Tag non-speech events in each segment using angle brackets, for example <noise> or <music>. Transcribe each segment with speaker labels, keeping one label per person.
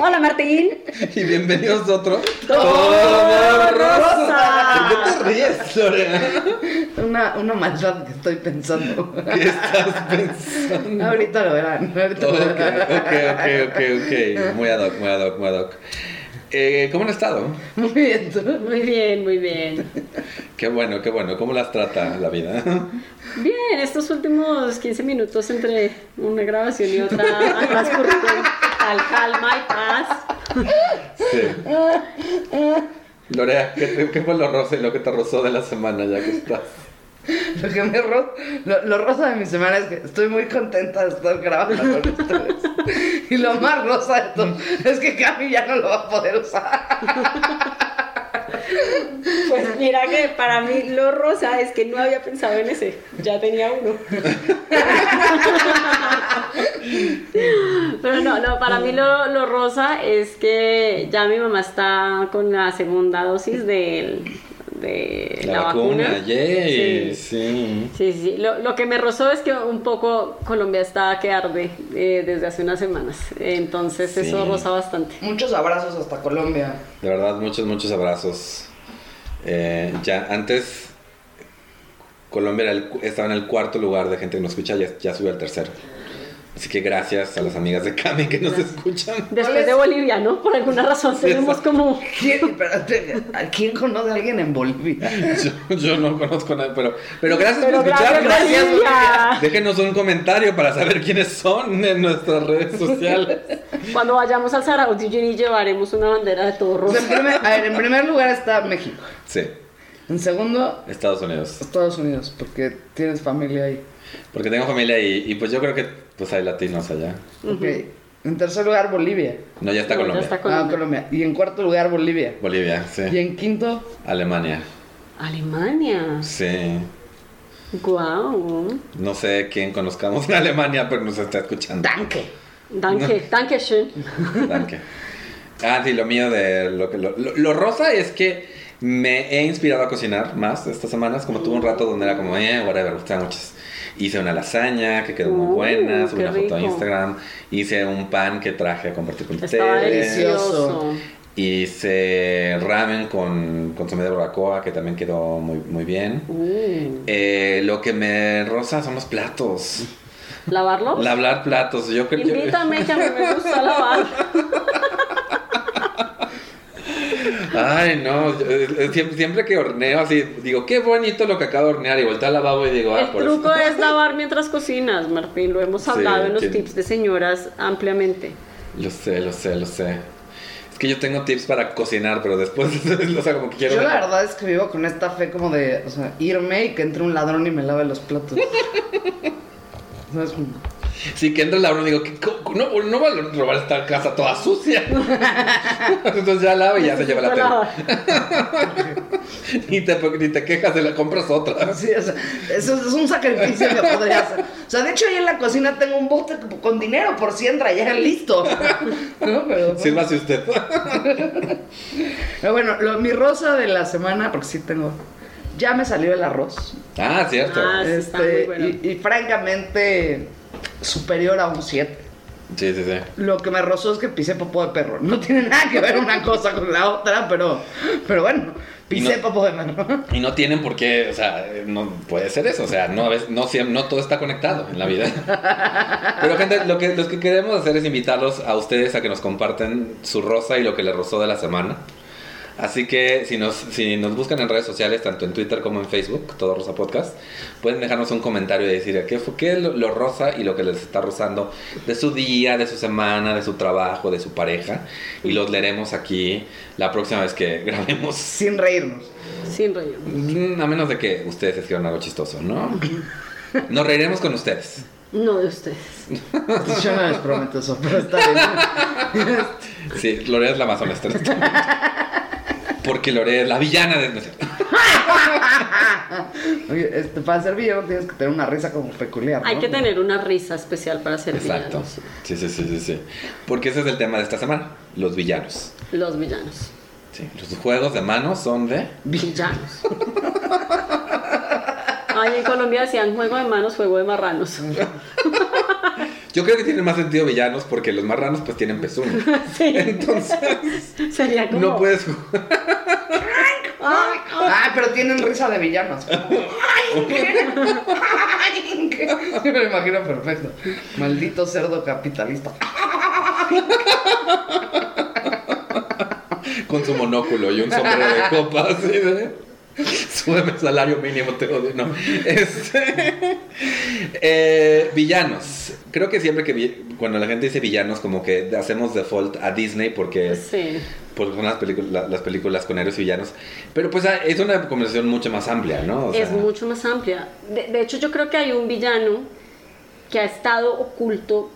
Speaker 1: Hola Martín.
Speaker 2: <laughs> Y bienvenidos a otro.
Speaker 1: Todo rosa.
Speaker 2: ¿Por qué te ríes, Lorena?
Speaker 3: Una, una maldad que estoy <laughs> pensando.
Speaker 2: ¿Qué estás pensando?
Speaker 3: Ahorita lo verán. Ahorita
Speaker 2: Ok,
Speaker 3: lo <laughs>
Speaker 2: ok, ok,
Speaker 3: verán.
Speaker 2: ok, ok. Muy ad hoc, muy ad hoc, muy ad hoc. Eh, ¿Cómo han estado?
Speaker 3: Muy bien, ¿tú?
Speaker 1: Muy bien, muy bien.
Speaker 2: Qué bueno, qué bueno. ¿Cómo las trata la vida?
Speaker 1: Bien, estos últimos 15 minutos entre una grabación y otra han transcurrido tal calma y paz.
Speaker 2: Sí. Lorea, ¿qué, te- qué fue lo rosa y lo que te rozó de la semana ya que estás?
Speaker 3: Lo que me ro- lo, lo rosa de mi semana es que estoy muy contenta de estar grabando con ustedes. <laughs> Y lo más rosa de <laughs> todo es que Cami ya no lo va a poder usar.
Speaker 1: Pues mira que para mí lo rosa es que no había pensado en ese, ya tenía uno. Pero no, no, para mí lo, lo rosa es que ya mi mamá está con la segunda dosis del, de la,
Speaker 2: yay.
Speaker 1: Sí.
Speaker 2: Sí.
Speaker 1: Sí, sí, sí. Lo, lo que me rozó es que un poco Colombia está que arde eh, desde hace unas semanas. Entonces
Speaker 2: Sí.
Speaker 1: eso roza bastante.
Speaker 3: Muchos abrazos hasta Colombia.
Speaker 2: De verdad, muchos, muchos abrazos. Eh, ya antes Colombia era el cu- estaba en el cuarto lugar de gente que nos escucha, ya, ya subió al tercero. Así que gracias a las amigas de Cami que nos escuchan. <laughs>
Speaker 1: Después de
Speaker 3: es?
Speaker 1: Bolivia, ¿no? Por alguna razón tenemos como...
Speaker 3: ¿Quién, espérate, ¿a quién conoce a alguien en Bolivia?
Speaker 2: Yo, yo no conozco a nadie, pero, pero gracias
Speaker 1: Pero
Speaker 2: por escuchar.
Speaker 1: gracias, Bolivia.
Speaker 2: Déjenos un comentario para saber quiénes son en nuestras redes sociales.
Speaker 1: <laughs> Cuando vayamos al Sarautí, Jenny, llevaremos una bandera de
Speaker 3: <laughs>
Speaker 1: todo
Speaker 3: O sea, en
Speaker 1: rosa.
Speaker 3: primer- a ver, en primer lugar está México.
Speaker 2: Sí,
Speaker 3: En segundo,
Speaker 2: Estados Unidos.
Speaker 3: Estados Unidos, porque tienes familia ahí.
Speaker 2: Porque tengo familia y, y pues yo creo que pues hay latinos allá.
Speaker 3: Ok. En tercer lugar, Bolivia.
Speaker 2: No, ya está
Speaker 1: No, ya
Speaker 2: Colombia.
Speaker 1: está. Colombia.
Speaker 3: Ah, Colombia. Y en cuarto lugar, Bolivia.
Speaker 2: Bolivia, sí.
Speaker 3: Y en quinto,
Speaker 2: Alemania,
Speaker 1: Alemania.
Speaker 2: sí.
Speaker 1: Guau.
Speaker 2: No sé quién conozcamos en Alemania, pero nos está escuchando.
Speaker 3: tanque.
Speaker 1: Danke, danke schön.
Speaker 2: Danke. Ah, sí, lo mío de lo que lo, lo- lo rosa es que me he inspirado a cocinar más estas semanas, como tuve un rato donde era como, eh, whatever, gustan muchas. Hice una lasaña que quedó muy
Speaker 1: Uh,
Speaker 2: buena, subí
Speaker 1: qué
Speaker 2: una foto a
Speaker 1: rico.
Speaker 2: Instagram, hice un pan que traje a compartir con
Speaker 1: Estaba
Speaker 2: ustedes,
Speaker 1: delicioso.
Speaker 2: hice ramen con consomé de barbacoa que también quedó muy, muy bien.
Speaker 1: Uh,
Speaker 2: Eh, lo que me rosa son los platos.
Speaker 1: ¿Lavarlo?
Speaker 2: La hablar platos, yo creo que...
Speaker 1: Invítame, que a mí me gusta lavar.
Speaker 2: Ay, no, yo, eh, siempre, siempre que horneo así, digo, qué bonito lo que acabo de hornear y volteo al lavabo y digo, ah,
Speaker 1: El
Speaker 2: por <laughs>
Speaker 1: truco
Speaker 2: eso.
Speaker 1: es lavar mientras cocinas, Martín. Lo hemos
Speaker 2: Sí,
Speaker 1: hablado en los
Speaker 2: tiene-
Speaker 1: tips de señoras ampliamente.
Speaker 2: Lo sé, lo sé, lo sé. Es que yo tengo tips para cocinar, pero después, <laughs> o sea, como que quiero...
Speaker 3: Yo la verdad es que vivo con esta fe como de, o sea, irme y que entre un ladrón y me lave los platos. ¿Sabes?
Speaker 2: Sí, que entra el ladrón y digo, ¿qué co- no, no va a robar esta casa toda sucia. Entonces ya lava y Ah, ya se lleva la tele. <laughs> Ni te, ni te quejas, se la compras otra.
Speaker 3: Sí, o sea, eso es un sacrificio que podría hacer. O sea, de hecho, ahí en la cocina tengo un bote con dinero por si entra ya listo. <laughs> No, pero.
Speaker 2: Sírvase usted. <laughs>
Speaker 3: Pero bueno, lo- mi rosa de la semana, porque sí tengo. Ya me salió el arroz. Este,
Speaker 2: Ah, cierto.
Speaker 1: Ah, sí, está muy bueno.
Speaker 3: y, y francamente, superior a un 7.
Speaker 2: Sí, sí, sí.
Speaker 3: Lo que me rozó es que pisé popó de perro. No tiene nada que ver una cosa con la otra, pero, pero bueno, pisé
Speaker 2: Y no-
Speaker 3: popó de perro. <laughs>
Speaker 2: Y no tienen por qué, o sea, eh, no puede ser eso, o sea, no, a veces, no, siem- no todo está conectado en la vida. Pero gente, lo que, lo que queremos hacer es invitarlos a ustedes a que nos comparten su rosa y lo que les rozó de la semana. Así que si nos, si nos buscan en redes sociales, tanto en Twitter como en Facebook, Todo Rosa Podcast, pueden dejarnos un comentario y decir qué fue qué lo, lo rosa y lo que les está rozando de su día, de su semana, de su trabajo, de su pareja. Y los leeremos aquí la próxima vez que <laughs> grabemos.
Speaker 3: Sin reírnos.
Speaker 1: Sin rollo.
Speaker 2: Mm, A menos de que ustedes escriban algo chistoso, ¿no? Nos reiremos con ustedes.
Speaker 1: No de ustedes.
Speaker 3: Yo no les prometo eso, pero está bien. <laughs>
Speaker 2: Sí, Lorea es la más honesta. en este momento. Porque Lorea es la villana de... no es cierto.
Speaker 3: Oye, este, para ser villano tienes que tener una risa como peculiar. ¿no?
Speaker 1: Hay que tener una risa especial para ser
Speaker 2: Exacto.
Speaker 1: villanos.
Speaker 2: Sí, sí, sí, sí, sí. Porque ese es el tema de esta semana. Los villanos.
Speaker 1: Los villanos.
Speaker 2: Sí, Los juegos de manos son de...
Speaker 1: <laughs> Villanos. Ay, en Colombia decían juego de manos, juego de marranos.
Speaker 2: Yo creo que tienen más sentido villanos porque los marranos pues tienen pezuñas.
Speaker 1: <laughs> <laughs> Sí,
Speaker 2: Entonces,
Speaker 1: sería como. ¡ah!
Speaker 2: no puedes jugar.
Speaker 1: Ay,
Speaker 3: Ay, Ah, pero tienen risa de villanos. <laughs> Ay, ¿qué? Ay, ¿qué? <laughs> Yo me lo imagino perfecto. Maldito cerdo capitalista.
Speaker 2: con su monóculo y un sombrero de copa así de súbeme el salario mínimo te odio no este eh, villanos creo que siempre que vi- cuando la gente dice villanos como que hacemos default a Disney porque
Speaker 1: Sí.
Speaker 2: porque son las películas la- las películas con héroes y villanos pero pues ah, es una conversación mucho más amplia no O
Speaker 1: es
Speaker 2: sea,
Speaker 1: mucho más amplia. De, de hecho, yo creo que hay un villano que ha estado oculto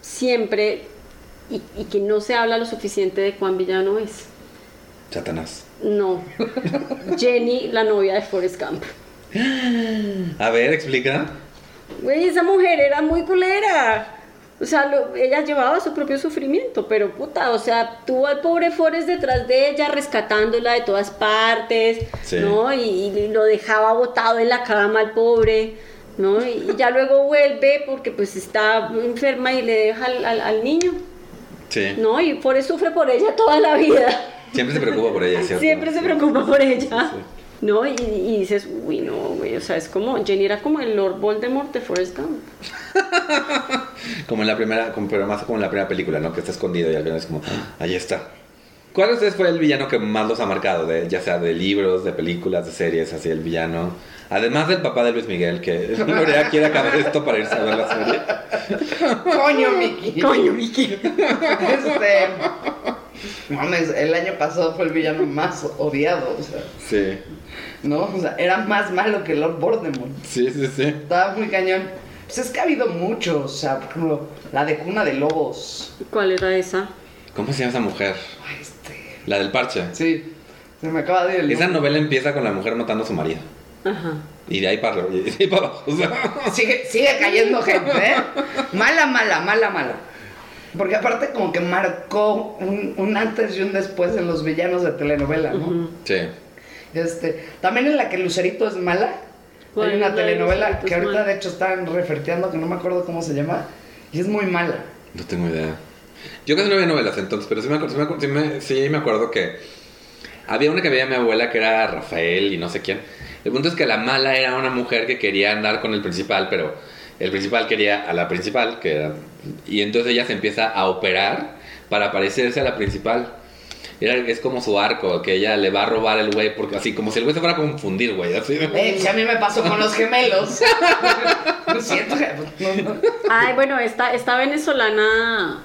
Speaker 1: siempre y, y que no se habla lo suficiente de cuán villano es.
Speaker 2: Satanás <laughs>
Speaker 1: No. Jenny, la novia de Forrest Gump. Mm.
Speaker 2: a ver explica
Speaker 1: Güey, esa mujer era muy culera. O sea, lo- ella llevaba su propio sufrimiento, pero puta, o sea, tuvo al pobre Forrest detrás de ella, rescatándola de todas partes,
Speaker 2: Sí.
Speaker 1: ¿no? Y, y lo dejaba botado en la cama al pobre, ¿no? Y, y ya luego vuelve porque pues está enferma y le deja al, al- al niño,
Speaker 2: sí
Speaker 1: ¿no? Y Forrest sufre por ella toda la vida.
Speaker 2: siempre se preocupa por
Speaker 1: <laughs>
Speaker 2: ella ¿cierto?
Speaker 1: Siempre se preocupa por ella.
Speaker 2: Sí.
Speaker 1: ¿No? Y, y dices, uy, no, güey, o sea, es como, Jenny era como el Lord Voldemort de Forrest Gump.
Speaker 2: Como en la primera, como- pero más como en la primera película, ¿no? Que está escondido y al final es como, "Ah, ahí está. ¿Cuál de ustedes fue el villano que más los ha marcado? De, ya sea de libros, de películas, de series, así el villano. Además del papá de Luis Miguel, que <laughs> Lorea quiere acabar esto para irse a ver la serie.
Speaker 3: Coño, Miki.
Speaker 1: Coño, Vicky.
Speaker 3: Este. Mames, el año pasado fue el villano más odiado, o sea,
Speaker 2: Sí,
Speaker 3: ¿no? O sea, era más malo que Lord Voldemort.
Speaker 2: sí, sí, sí.
Speaker 3: Estaba muy cañón. Pues es que ha habido muchos, o sea, por ejemplo, la de Cuna de Lobos.
Speaker 1: ¿Cuál era esa?
Speaker 2: ¿Cómo se llama esa mujer?
Speaker 3: Ay, este.
Speaker 2: La del parche.
Speaker 3: Sí, se me acaba de ir el
Speaker 2: Esa
Speaker 3: nombre.
Speaker 2: novela empieza con la mujer matando a su marido.
Speaker 1: Ajá.
Speaker 2: Y de ahí para, y de ahí para abajo. o sea.
Speaker 3: Sigue, sigue cayendo gente, ¿eh? Mala, mala, mala, mala. Porque aparte como que marcó un, un antes y un después en los villanos de telenovela, ¿no?
Speaker 1: Ujú.
Speaker 2: Sí.
Speaker 3: Este, también en la que Lucerito es mala.
Speaker 1: ¿Cuál
Speaker 3: Hay una
Speaker 1: es la de
Speaker 3: telenovela
Speaker 1: Lucerito
Speaker 3: que
Speaker 1: es
Speaker 3: ahorita
Speaker 1: mala?
Speaker 3: de hecho están referteando, que no me acuerdo cómo se llama, y es muy mala.
Speaker 2: No tengo idea. Yo casi no veía novelas entonces, pero sí me acuerdo, sí me, acuerdo- sí me- sí me acuerdo que había una que veía mi abuela que era Rafael y no sé quién. El punto es que la mala era una mujer que quería andar con el principal, pero el principal quería a la principal, que era- y entonces ella se empieza a operar para parecerse a la principal. Era- es como su arco, que ella le va a robar el güey, porque así como si el güey se fuera a confundir, güey. Así.
Speaker 3: Eh, si a mí me pasó con los
Speaker 1: <laughs>
Speaker 3: gemelos. Lo siento, que- no, no.
Speaker 1: Ay, bueno, esta, esta venezolana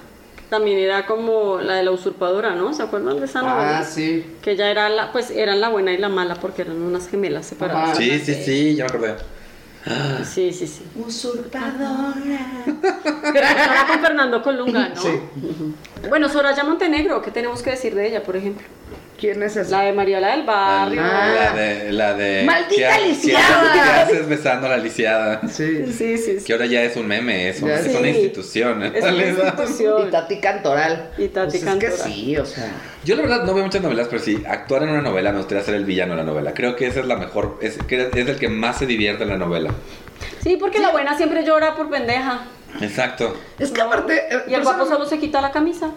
Speaker 1: también era como la de la usurpadora, ¿no? ¿Se acuerdan de esa novela?
Speaker 3: Ah, sí.
Speaker 1: Que ella era la, pues eran la buena y la mala porque eran unas gemelas separadas.
Speaker 3: Ajá.
Speaker 2: Sí, sí, sí, ya me acordé.
Speaker 1: Sí, sí, sí.
Speaker 3: Usurpadora.
Speaker 1: Estaba con Fernando Colunga, ¿no?
Speaker 3: Sí.
Speaker 1: Ujú. Bueno, Soraya Montenegro, ¿qué tenemos que decir de ella, por ejemplo?
Speaker 3: ¿Quién es
Speaker 1: La
Speaker 3: esa?
Speaker 1: de Mariola del Barrio.
Speaker 2: Ah, La de. La de
Speaker 3: ¡Maldita
Speaker 2: ¿qué ha-
Speaker 3: lisiada!
Speaker 2: ¿Qué haces besando a la lisiada?
Speaker 3: Sí.
Speaker 1: Sí, sí, sí.
Speaker 2: Que ahora ya es un meme, es, una-
Speaker 3: Ya
Speaker 2: es
Speaker 1: sí.
Speaker 2: una institución. ¿eh? en
Speaker 1: Es una
Speaker 2: realidad.
Speaker 1: institución.
Speaker 3: Y Tati Cantoral.
Speaker 1: Y Tati
Speaker 3: Pues Es
Speaker 1: Cantoral.
Speaker 3: que sí, o sea.
Speaker 2: Yo la verdad no veo muchas novelas, pero si actuar en una novela me gustaría ser el villano de la novela. Creo que esa es la mejor, es, que es el que más se divierte en la novela.
Speaker 1: Sí, porque la buena siempre llora por pendeja.
Speaker 2: Exacto,
Speaker 3: Es que aparte. eh,
Speaker 1: Y el
Speaker 3: por
Speaker 1: guapo
Speaker 3: eso-
Speaker 1: solo se quita la camisa.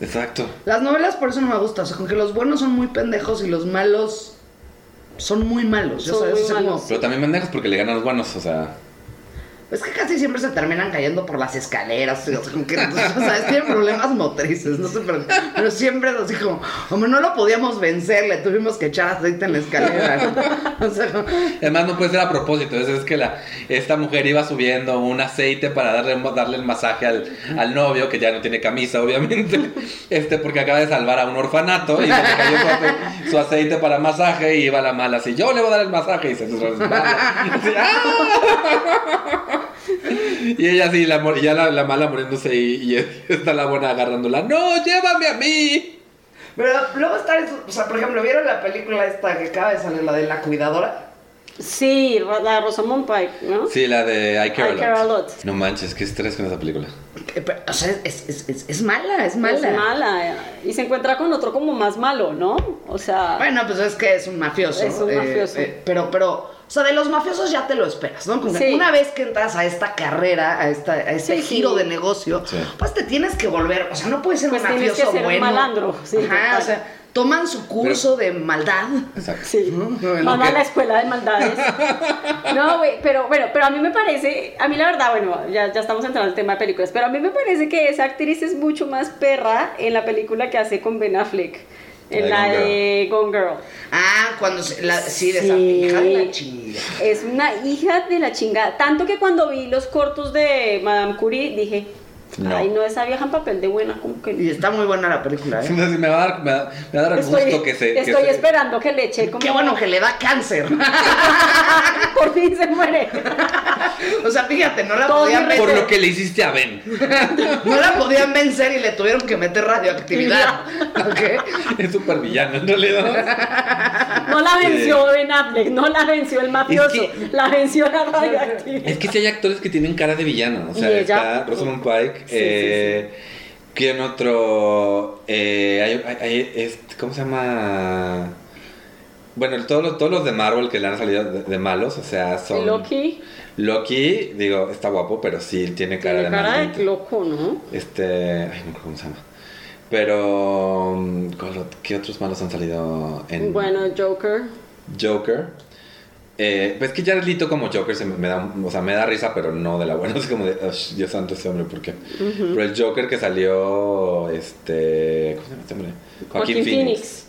Speaker 2: exacto.
Speaker 3: Las novelas por eso no me gustan. O sea, con que los buenos son muy pendejos y los malos son muy malos. ya
Speaker 1: Son
Speaker 3: sabes,
Speaker 1: muy
Speaker 3: o sea, como-
Speaker 1: malos.
Speaker 2: Pero también manejos porque le ganan los buenos, o sea.
Speaker 3: es Pues que casi siempre se terminan cayendo por las escaleras. O sea, como que, pues, o sea, <laughs> tienen problemas motrices. No sé, pero, pero siempre es así como, como no lo podíamos vencer, le tuvimos que echar aceite en la escalera. ¿no? <laughs> O sea, como-
Speaker 2: Además no puede ser a propósito, es, es que la, esta mujer iba subiendo un aceite para darle, darle el masaje al, al novio, que ya no tiene camisa <laughs> obviamente, este porque acaba de salvar a un orfanato y se le cayó su, ace- su aceite para masaje y iba la mala así, yo le voy a dar el masaje y se resbala. Así, ¡ah! Y ella así, la, mor- ya la, la mala muriéndose y, <laughs> y está la buena agarrándola, no, llévame a mí.
Speaker 3: Pero luego estar, o sea, por ejemplo, ¿vieron la película esta que acaba de salir, la de la cuidadora?
Speaker 1: Sí, Ro- la de Rosamund Pike, ¿no?
Speaker 2: Sí, la de I Care,
Speaker 1: I Care a Lot.
Speaker 2: No manches, qué estrés con esa película. <laughs>
Speaker 3: Eh, pero, O sea, es, es- es- es mala, es mala.
Speaker 1: Es mala. eh, Y se encuentra con otro como más malo, ¿no? O sea,
Speaker 3: Bueno, pues es que es un mafioso.
Speaker 1: Es un mafioso.
Speaker 3: pero, pero, O sea, de los mafiosos ya te lo esperas, ¿no? Como que
Speaker 1: Sí.
Speaker 3: una vez que entras a esta carrera, a, esta, a este
Speaker 1: Sí, sí.
Speaker 3: giro de negocio,
Speaker 2: Sí.
Speaker 3: pues te tienes que volver. O sea, no puedes ser
Speaker 1: Pues
Speaker 3: un
Speaker 1: tienes
Speaker 3: mafioso
Speaker 1: que ser un
Speaker 3: bueno.
Speaker 1: malandro, sí,
Speaker 3: Ajá, o
Speaker 1: total.
Speaker 3: sea, toman su curso de maldad.
Speaker 2: Exacto.
Speaker 1: Sí.
Speaker 3: Bueno,
Speaker 1: Van a
Speaker 2: que-
Speaker 1: la escuela
Speaker 2: <laughs>
Speaker 1: de maldades. No, güey, pero bueno, pero a mí me parece, a mí la verdad, bueno, ya, ya estamos entrando al tema de películas, pero a mí me parece que esa actriz es mucho más perra en la película que hace con Ben Affleck, en
Speaker 2: La
Speaker 1: la
Speaker 2: de
Speaker 1: de Gone Girl.
Speaker 3: Ah, cuando se- la, sí, de esa
Speaker 1: Sí.
Speaker 3: hija de la chinga.
Speaker 1: Es una hija de la chingada. Tanto que cuando vi los cortos de Madame Curie dije,
Speaker 2: No.
Speaker 1: ay, no, esa vieja en papel de buena, como que
Speaker 3: Y
Speaker 1: no.
Speaker 3: está muy buena la película, ¿eh?
Speaker 2: Entonces, me va a dar, me va, me va a dar gusto que se. que
Speaker 1: estoy
Speaker 2: se-
Speaker 1: esperando que le eche como.
Speaker 3: Qué bueno que le da cáncer.
Speaker 1: <laughs>
Speaker 3: <laughs>
Speaker 1: Por fin se muere.
Speaker 3: O sea, fíjate, no la
Speaker 1: Todo
Speaker 3: podían
Speaker 1: mi
Speaker 2: Por
Speaker 3: vencer.
Speaker 2: lo que le hiciste a Ben.
Speaker 3: No la podían vencer y le tuvieron que meter
Speaker 1: <laughs>
Speaker 3: radioactividad.
Speaker 2: <laughs>
Speaker 3: ¿Ok?
Speaker 2: Es súper villano, en realidad.
Speaker 1: No la venció Ben Affleck, no la venció el mafioso,
Speaker 2: Es que-
Speaker 1: la venció la radioactiva.
Speaker 2: Es que si hay actores que tienen cara de villano. O sea,
Speaker 1: Y ella-
Speaker 2: está Rosamund Pike.
Speaker 1: Sí, sí,
Speaker 2: eh, ¿Quién otro? Eh, hay- hay- hay- es- ¿Cómo se llama? Bueno, todos los, todos los de Marvel que le han salido de, de malos, o sea, <laughs> son...
Speaker 1: Loki
Speaker 2: Loki, digo, está guapo, pero sí tiene cara
Speaker 1: tiene
Speaker 2: de
Speaker 1: cara
Speaker 2: maldito.
Speaker 1: de loco, ¿no?
Speaker 2: Este. Ay, no me acuerdo cómo se llama. Pero. mm, ¿cuál- ¿Qué otros malos han salido en
Speaker 1: Bueno, Joker.
Speaker 2: Joker? Eh, pues que Jared Leto como Joker se me, me da, o sea, me da risa, pero no de la buena. <laughs> Es como de, "Ush, Dios santo, ese hombre, ¿por qué? Pero el Joker que salió, este, ¿cómo se llama este hombre?
Speaker 1: Joaquín, Phoenix.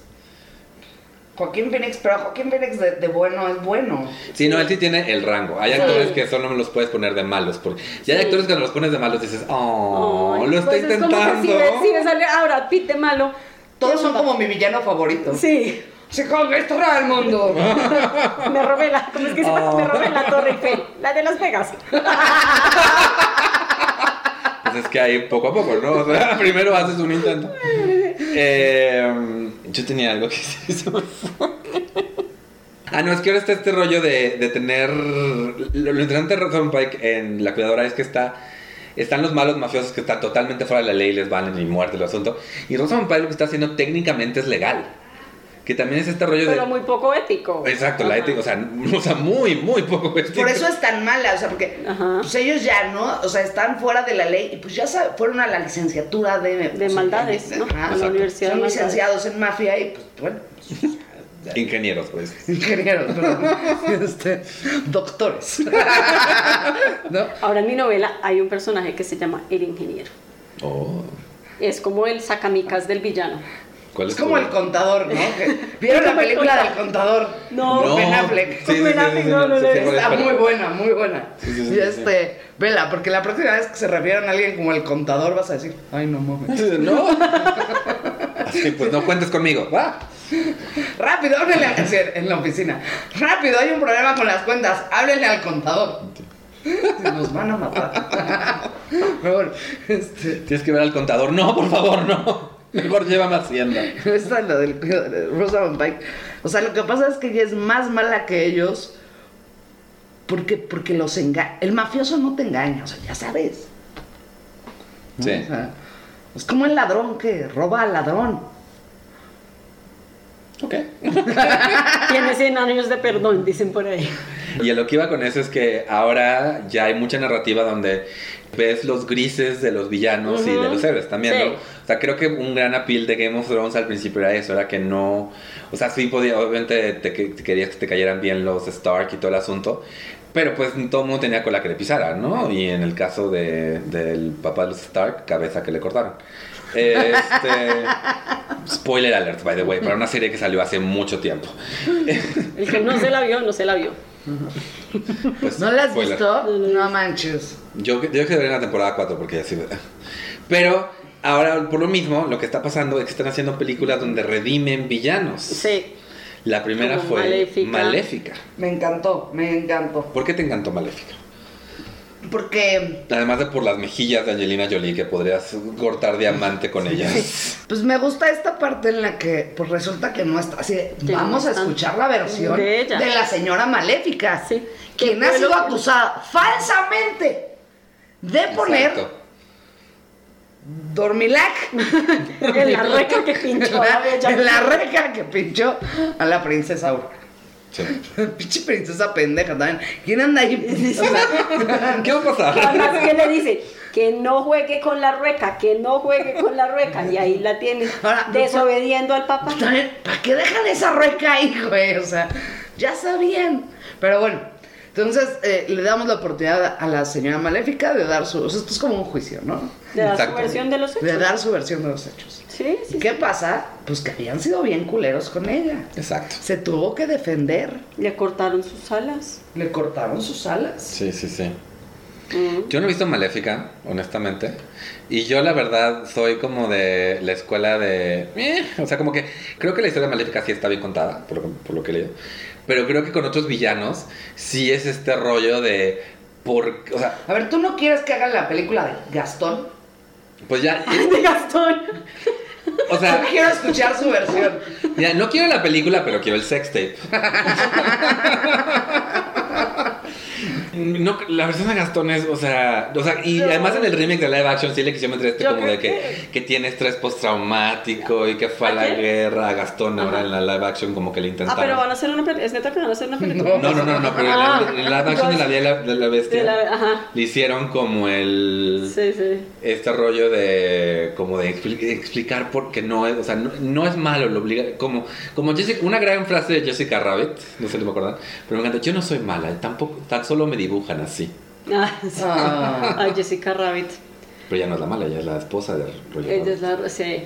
Speaker 3: Joaquín Phoenix, pero Joaquín Phoenix de, de bueno es bueno.
Speaker 2: Sí, no, él sí tiene el rango. Hay
Speaker 1: Sí.
Speaker 2: actores que solo me los puedes poner de malos. Porque, y hay
Speaker 1: Sí.
Speaker 2: actores que cuando los pones de malos dices, oh,
Speaker 1: Ay,
Speaker 2: lo está
Speaker 1: pues es como
Speaker 2: intentando.
Speaker 1: que si ves- si ves a- ahora Pete de malo.
Speaker 3: Todos son como mi villano favorito.
Speaker 1: Sí,
Speaker 3: Se conquistará el mundo.
Speaker 1: me robé la, ¿cómo es que se llama?
Speaker 2: Oh.
Speaker 1: Me robé la Torre Eiffel, la de Las Vegas.
Speaker 2: Pues es que ahí poco a poco, ¿no? O sea, <laughs> primero haces un intento. Eh, yo tenía algo que <laughs> sí se me fue. Ah, no, es que ahora está este rollo de, de tener. Lo, lo interesante de Rosamund Pike en La Cuidadora es que está. Están los malos mafiosos que están totalmente fuera de la ley, les van y muerte el asunto. Y Rosamund Pike lo que está haciendo técnicamente es legal. Que también es este rollo
Speaker 1: Pero
Speaker 2: de.
Speaker 1: muy poco ético.
Speaker 2: Exacto, la
Speaker 1: Ajá.
Speaker 2: ética, o sea, <laughs> o sea, muy, muy poco ético.
Speaker 3: <laughs> Por eso es tan mala, o sea, porque
Speaker 1: Ajá.
Speaker 3: pues, ellos ya, ¿no? O sea, están fuera de la ley y pues ya sabe- fueron a la licenciatura de...
Speaker 1: De
Speaker 3: o sea,
Speaker 1: maldades,
Speaker 3: de-
Speaker 1: ¿no?
Speaker 3: ajá,
Speaker 1: A
Speaker 3: o sea,
Speaker 1: la Universidad
Speaker 3: Son
Speaker 1: de Maldades.
Speaker 3: licenciados en mafia y pues bueno, <laughs>
Speaker 2: Ingenieros, pues.
Speaker 3: ingenieros, perdón. <laughs> Este, doctores. ¿No?
Speaker 1: Ahora en mi novela hay un personaje que se llama El Ingeniero.
Speaker 2: Oh.
Speaker 1: Es como el sacamicas del villano.
Speaker 2: ¿Cuál
Speaker 3: Es
Speaker 2: es
Speaker 3: como
Speaker 2: tu-
Speaker 3: el contador, ¿no? Que-
Speaker 1: <laughs>
Speaker 3: ¿Vieron la
Speaker 1: Como el
Speaker 3: película del
Speaker 1: contador.
Speaker 3: contador?
Speaker 1: No.
Speaker 3: Con Ben Affleck.
Speaker 2: Sí, sí, sí, sí, sí, sí,
Speaker 1: No, no,
Speaker 2: sí,
Speaker 1: no,
Speaker 2: sí,
Speaker 1: no.
Speaker 2: sí,
Speaker 3: Está
Speaker 2: pero-
Speaker 3: muy buena, muy buena.
Speaker 2: Sí, sí, sí,
Speaker 3: y
Speaker 2: sí.
Speaker 3: este, vela, porque la próxima vez que se refieran a alguien como el contador vas a decir, ay, no mames. <laughs>
Speaker 2: No. Así pues no cuentes conmigo. Va.
Speaker 3: Rápido, háblenle al decir, en la oficina. Rápido, hay un problema con las cuentas. Háblenle al contador. Nos van a matar. <laughs> Pero bueno, este, <laughs>
Speaker 2: Tienes que ver al contador. No, por favor, no. Mejor llévame a Hacienda.
Speaker 3: esta es la del de Rosamund Pike. O sea, lo que pasa es que ella es más mala que ellos porque, porque los engaña. El mafioso no te engaña, o sea, ya sabes. ¿no?
Speaker 2: Sí.
Speaker 3: O sea, es como el ladrón que roba al ladrón.
Speaker 2: Ok.
Speaker 1: Tiene 100 años de perdón, dicen por ahí.
Speaker 2: Y a lo que iba con eso es que ahora ya hay mucha narrativa donde ves los grises de los villanos y de
Speaker 1: Ujú.
Speaker 2: los héroes también,
Speaker 1: Sí.
Speaker 2: ¿no? O sea, creo que un gran appeal de Game of Thrones al principio era eso, era que no... O sea, sí podía, obviamente te, que- te querías que te cayeran bien los Stark y todo el asunto, pero pues todo el mundo tenía cola que le pisara, ¿no? Y en el caso de, del papá de los Stark, cabeza que le cortaron.
Speaker 3: <laughs>
Speaker 2: Este... Spoiler alert, by the way, para una serie que salió hace mucho tiempo.
Speaker 1: El que no se la vio, no se la vio.
Speaker 2: Pues,
Speaker 3: ¿No la has
Speaker 2: spoiler.
Speaker 3: visto? No manches.
Speaker 2: Yo, yo creo que debería en la temporada 4 porque ya sí. Pero ahora, por lo mismo, lo que está pasando es que están haciendo películas donde redimen villanos.
Speaker 1: Sí.
Speaker 2: La primera
Speaker 1: Como
Speaker 2: fue Maléfica.
Speaker 1: Maléfica.
Speaker 3: Me encantó, me encantó.
Speaker 2: ¿Por qué te encantó Maléfica?
Speaker 3: Porque
Speaker 2: Además de por las mejillas de Angelina Jolie, que podrías cortar diamante con
Speaker 1: <laughs>
Speaker 2: ellas.
Speaker 3: Pues me gusta esta parte en la que pues resulta que no está. Así, de,
Speaker 1: Que no
Speaker 3: vamos a
Speaker 1: está.
Speaker 3: escuchar la versión
Speaker 1: De ella.
Speaker 3: la señora maléfica,
Speaker 1: Sí.
Speaker 3: quien
Speaker 1: Que
Speaker 3: ha
Speaker 1: fue
Speaker 3: sido
Speaker 1: lo que-
Speaker 3: acusada falsamente de poner
Speaker 2: Exacto.
Speaker 3: dormilac
Speaker 1: <laughs> En la reca que pinchó a la bella.
Speaker 3: en la reca que pinchó a la princesa Aurora.
Speaker 2: Sí.
Speaker 3: <laughs> Pinche princesa pendeja también. ¿Quién anda ahí? O sea,
Speaker 2: ¿Qué va a pasar?
Speaker 1: Además, ¿qué le dice? Que no juegue con la rueca, que no juegue con la rueca. Y ahí la tiene,
Speaker 3: Ahora,
Speaker 1: desobediendo al papá.
Speaker 3: también, ¿para qué dejan esa rueca ahí, güey? O sea, ya sabían. Pero bueno, entonces eh, le damos la oportunidad a la señora maléfica de dar su. O sea, esto es como un juicio, ¿no?
Speaker 1: Le da su
Speaker 2: Exacto.
Speaker 1: versión de los
Speaker 3: De
Speaker 1: hechos.
Speaker 3: dar su versión de los hechos.
Speaker 1: Sí, sí,
Speaker 3: ¿Y qué pasa? Pues que habían sido bien culeros con ella.
Speaker 2: Exacto.
Speaker 3: Se tuvo que defender.
Speaker 1: sí. Le cortaron sus alas.
Speaker 3: Le cortaron sus alas.
Speaker 2: Sí, sí, sí.
Speaker 1: Mm. <laughs>
Speaker 2: Yo no he visto Maléfica, honestamente. Y yo, la verdad, soy como de la escuela de. eh, o sea, como que creo que la historia de Maléfica sí está bien contada, por lo, que- por lo que he leído. Pero creo que con otros villanos sí es este rollo de. Por, o sea,
Speaker 3: A ver, ¿tú no quieres que hagan la película de Gastón?
Speaker 2: pues ya.
Speaker 1: De Gastón. Ah,
Speaker 2: O
Speaker 3: Yo
Speaker 2: sea,
Speaker 3: quiero escuchar su versión.
Speaker 2: ya, no quiero la película, pero quiero el sex tape. No, la versión de Gastón es, o sea, o sea, y además en el remake de live action sí le quisieron meter este
Speaker 1: Yo
Speaker 2: como
Speaker 1: creo
Speaker 2: de que, que tiene estrés postraumático y que fue a la
Speaker 1: ¿A quién?
Speaker 2: guerra a Gastón ahora
Speaker 1: Ajá.
Speaker 2: en la live action como que le
Speaker 1: Ah, pero
Speaker 2: intentaron.
Speaker 1: van a hacer una película. Es neta que van a hacer una película.
Speaker 2: No, no, no, no, pero en la,
Speaker 1: Ah,
Speaker 2: en la live action de la, Bella y la- de la
Speaker 1: de
Speaker 2: bestia
Speaker 1: la- Ajá.
Speaker 2: le hicieron como el
Speaker 1: Sí, sí.
Speaker 2: este rollo de como de expli- explicar por qué no es, o sea, no, no es malo, lo obliga como como Jessica, una gran frase de Jessica Rabbit, no sé si me acuerdan, pero me encanta, yo no soy mala, tampoco tan solo me dibujan así.
Speaker 1: Ah, <laughs> sí.
Speaker 3: Ah.
Speaker 1: Ay, Jessica Rabbit.
Speaker 2: Pero ella no es la mala, ella es la esposa de Roger
Speaker 1: Ella es
Speaker 2: Rabbit.
Speaker 1: la- sí.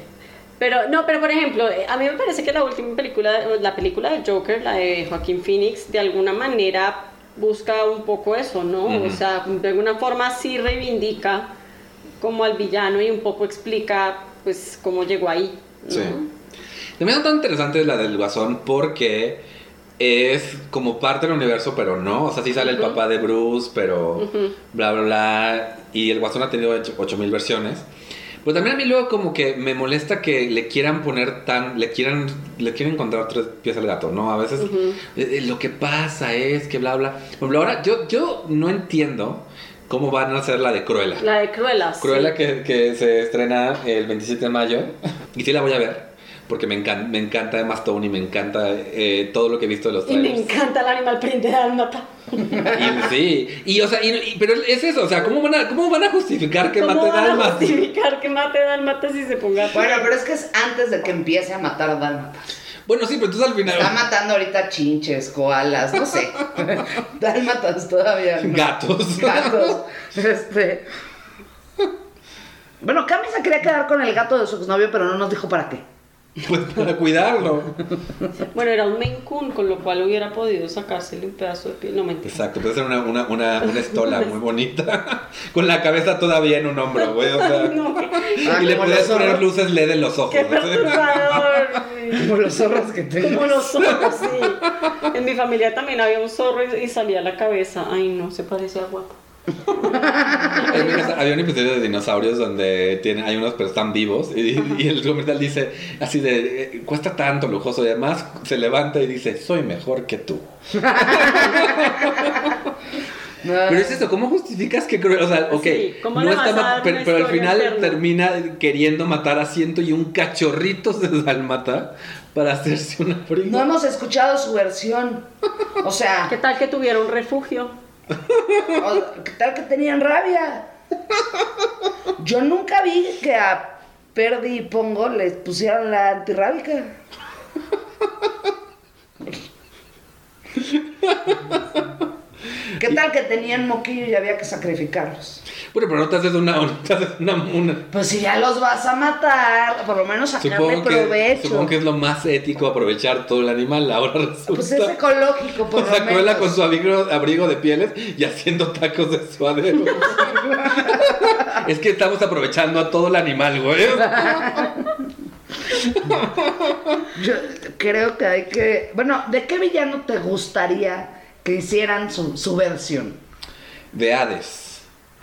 Speaker 1: Pero, no, pero por ejemplo, eh, a mí me parece que la última película, la película de Joker, la de Joaquín Phoenix, de alguna manera busca un poco eso, ¿no? O
Speaker 2: Ujú.
Speaker 1: sea, de alguna forma sí reivindica como al villano y un poco explica, pues, cómo llegó ahí. ¿no?
Speaker 2: Sí. También es tan interesante la del Guasón porque es como parte del universo, pero no. O sea, sí sale el
Speaker 1: Ujú.
Speaker 2: papá de Bruce, pero
Speaker 1: Ujú.
Speaker 2: bla, bla, bla. Y el Guasón ha tenido ocho- 8000 versiones. Pero también a mí luego como que me molesta que le quieran poner tan... Le quieran le quieren encontrar tres pies al gato, ¿no? A veces
Speaker 1: Ujú.
Speaker 2: eh, eh, lo que pasa es que bla, bla. Por ejemplo, ahora yo, yo no entiendo cómo van a hacer la de Cruella.
Speaker 1: La de Cruella. sí.
Speaker 2: Cruella que, que se estrena el 27 de mayo y sí la voy a ver porque me, encan- me encanta Emma Stone y me encanta eh, todo lo que pues. he visto de los
Speaker 1: Y me
Speaker 2: trailers.
Speaker 1: encanta el animal print de Dálmata.
Speaker 2: Y, sí, y o sea, y- y- pero es eso, o sea, ¿cómo van a, cómo van a justificar que
Speaker 1: ¿Cómo
Speaker 2: mate
Speaker 1: van a
Speaker 2: alma?
Speaker 1: justificar que mate Dálmata si se ponga a
Speaker 3: Bueno, pero es que es antes de que empiece a matar a Dálmatas.
Speaker 2: Bueno, sí, pero entonces al
Speaker 3: Está
Speaker 2: final
Speaker 3: matando ahorita chinches, koalas, no
Speaker 2: <laughs>
Speaker 3: sé. Dálmatas todavía. no.
Speaker 2: gatos.
Speaker 3: Gatos. Este. Bueno, Cami se quería quedar con el gato de su exnovio, pero no nos dijo para qué.
Speaker 2: Pues para cuidarlo.
Speaker 1: Bueno, era un Maine Coon, con lo cual hubiera podido sacársele un pedazo de piel. No, mentira.
Speaker 2: Exacto, puede ser una, una, una, una estola muy bonita. Con la cabeza todavía en un hombro, güey. O sea,
Speaker 1: <laughs> No, qué,
Speaker 3: Ah,
Speaker 2: y le
Speaker 3: como
Speaker 2: podías
Speaker 3: los
Speaker 2: poner
Speaker 3: zorros.
Speaker 2: luces LED en los ojos.
Speaker 1: qué
Speaker 2: ¿no?
Speaker 1: perturbador.
Speaker 3: Como los zorros que tengo.
Speaker 1: Como los zorros, sí.
Speaker 3: <laughs>
Speaker 1: En mi familia también había un zorro y, y salía la cabeza. Ay, no, se parecía guapo.
Speaker 2: En mi casa había un episodio de dinosaurios donde tiene, hay unos pero están vivos y, y el comercial dice así de eh, cuesta tanto lujoso y además se levanta y dice soy mejor que tú. Pero es eso, ¿cómo justificas que Cruella- o sea, ok,
Speaker 1: Ah. Sí, ¿cómo
Speaker 2: no
Speaker 1: le vas
Speaker 2: está
Speaker 1: a
Speaker 2: ma-
Speaker 1: dar
Speaker 2: pero,
Speaker 1: una
Speaker 2: pero al
Speaker 1: historia
Speaker 2: final
Speaker 1: alterna?
Speaker 2: termina queriendo matar a ciento y un cachorritos de dalmata para hacerse una prima.
Speaker 3: No hemos escuchado su versión. O sea,
Speaker 1: ¿Qué tal que tuviera un refugio?
Speaker 3: o- ¿qué tal que tenían rabia? Yo nunca vi que a Perdi y Pongo les pusieron la antirrábica. ¿Qué tal que tenían moquillo y había que sacrificarlos?
Speaker 2: Bueno, pero no te haces una, <laughs> no te haces una, una-
Speaker 3: Pues si ya los vas a matar, por lo menos sacarle
Speaker 2: Supongo que,
Speaker 3: provecho.
Speaker 2: supongo que es lo más ético aprovechar todo el animal. Ahora
Speaker 1: Ah,
Speaker 2: resulta.
Speaker 3: Pues es
Speaker 2: <laughs>
Speaker 3: ecológico, por
Speaker 2: O sea,
Speaker 3: lo menos.
Speaker 2: Cruella con su abrigo, abrigo de pieles y haciendo tacos de suadero. es que estamos aprovechando a todo el animal, güey.
Speaker 3: Yo creo que hay que. Bueno, ¿de qué villano te gustaría que hicieran su, su versión?
Speaker 2: De Hades.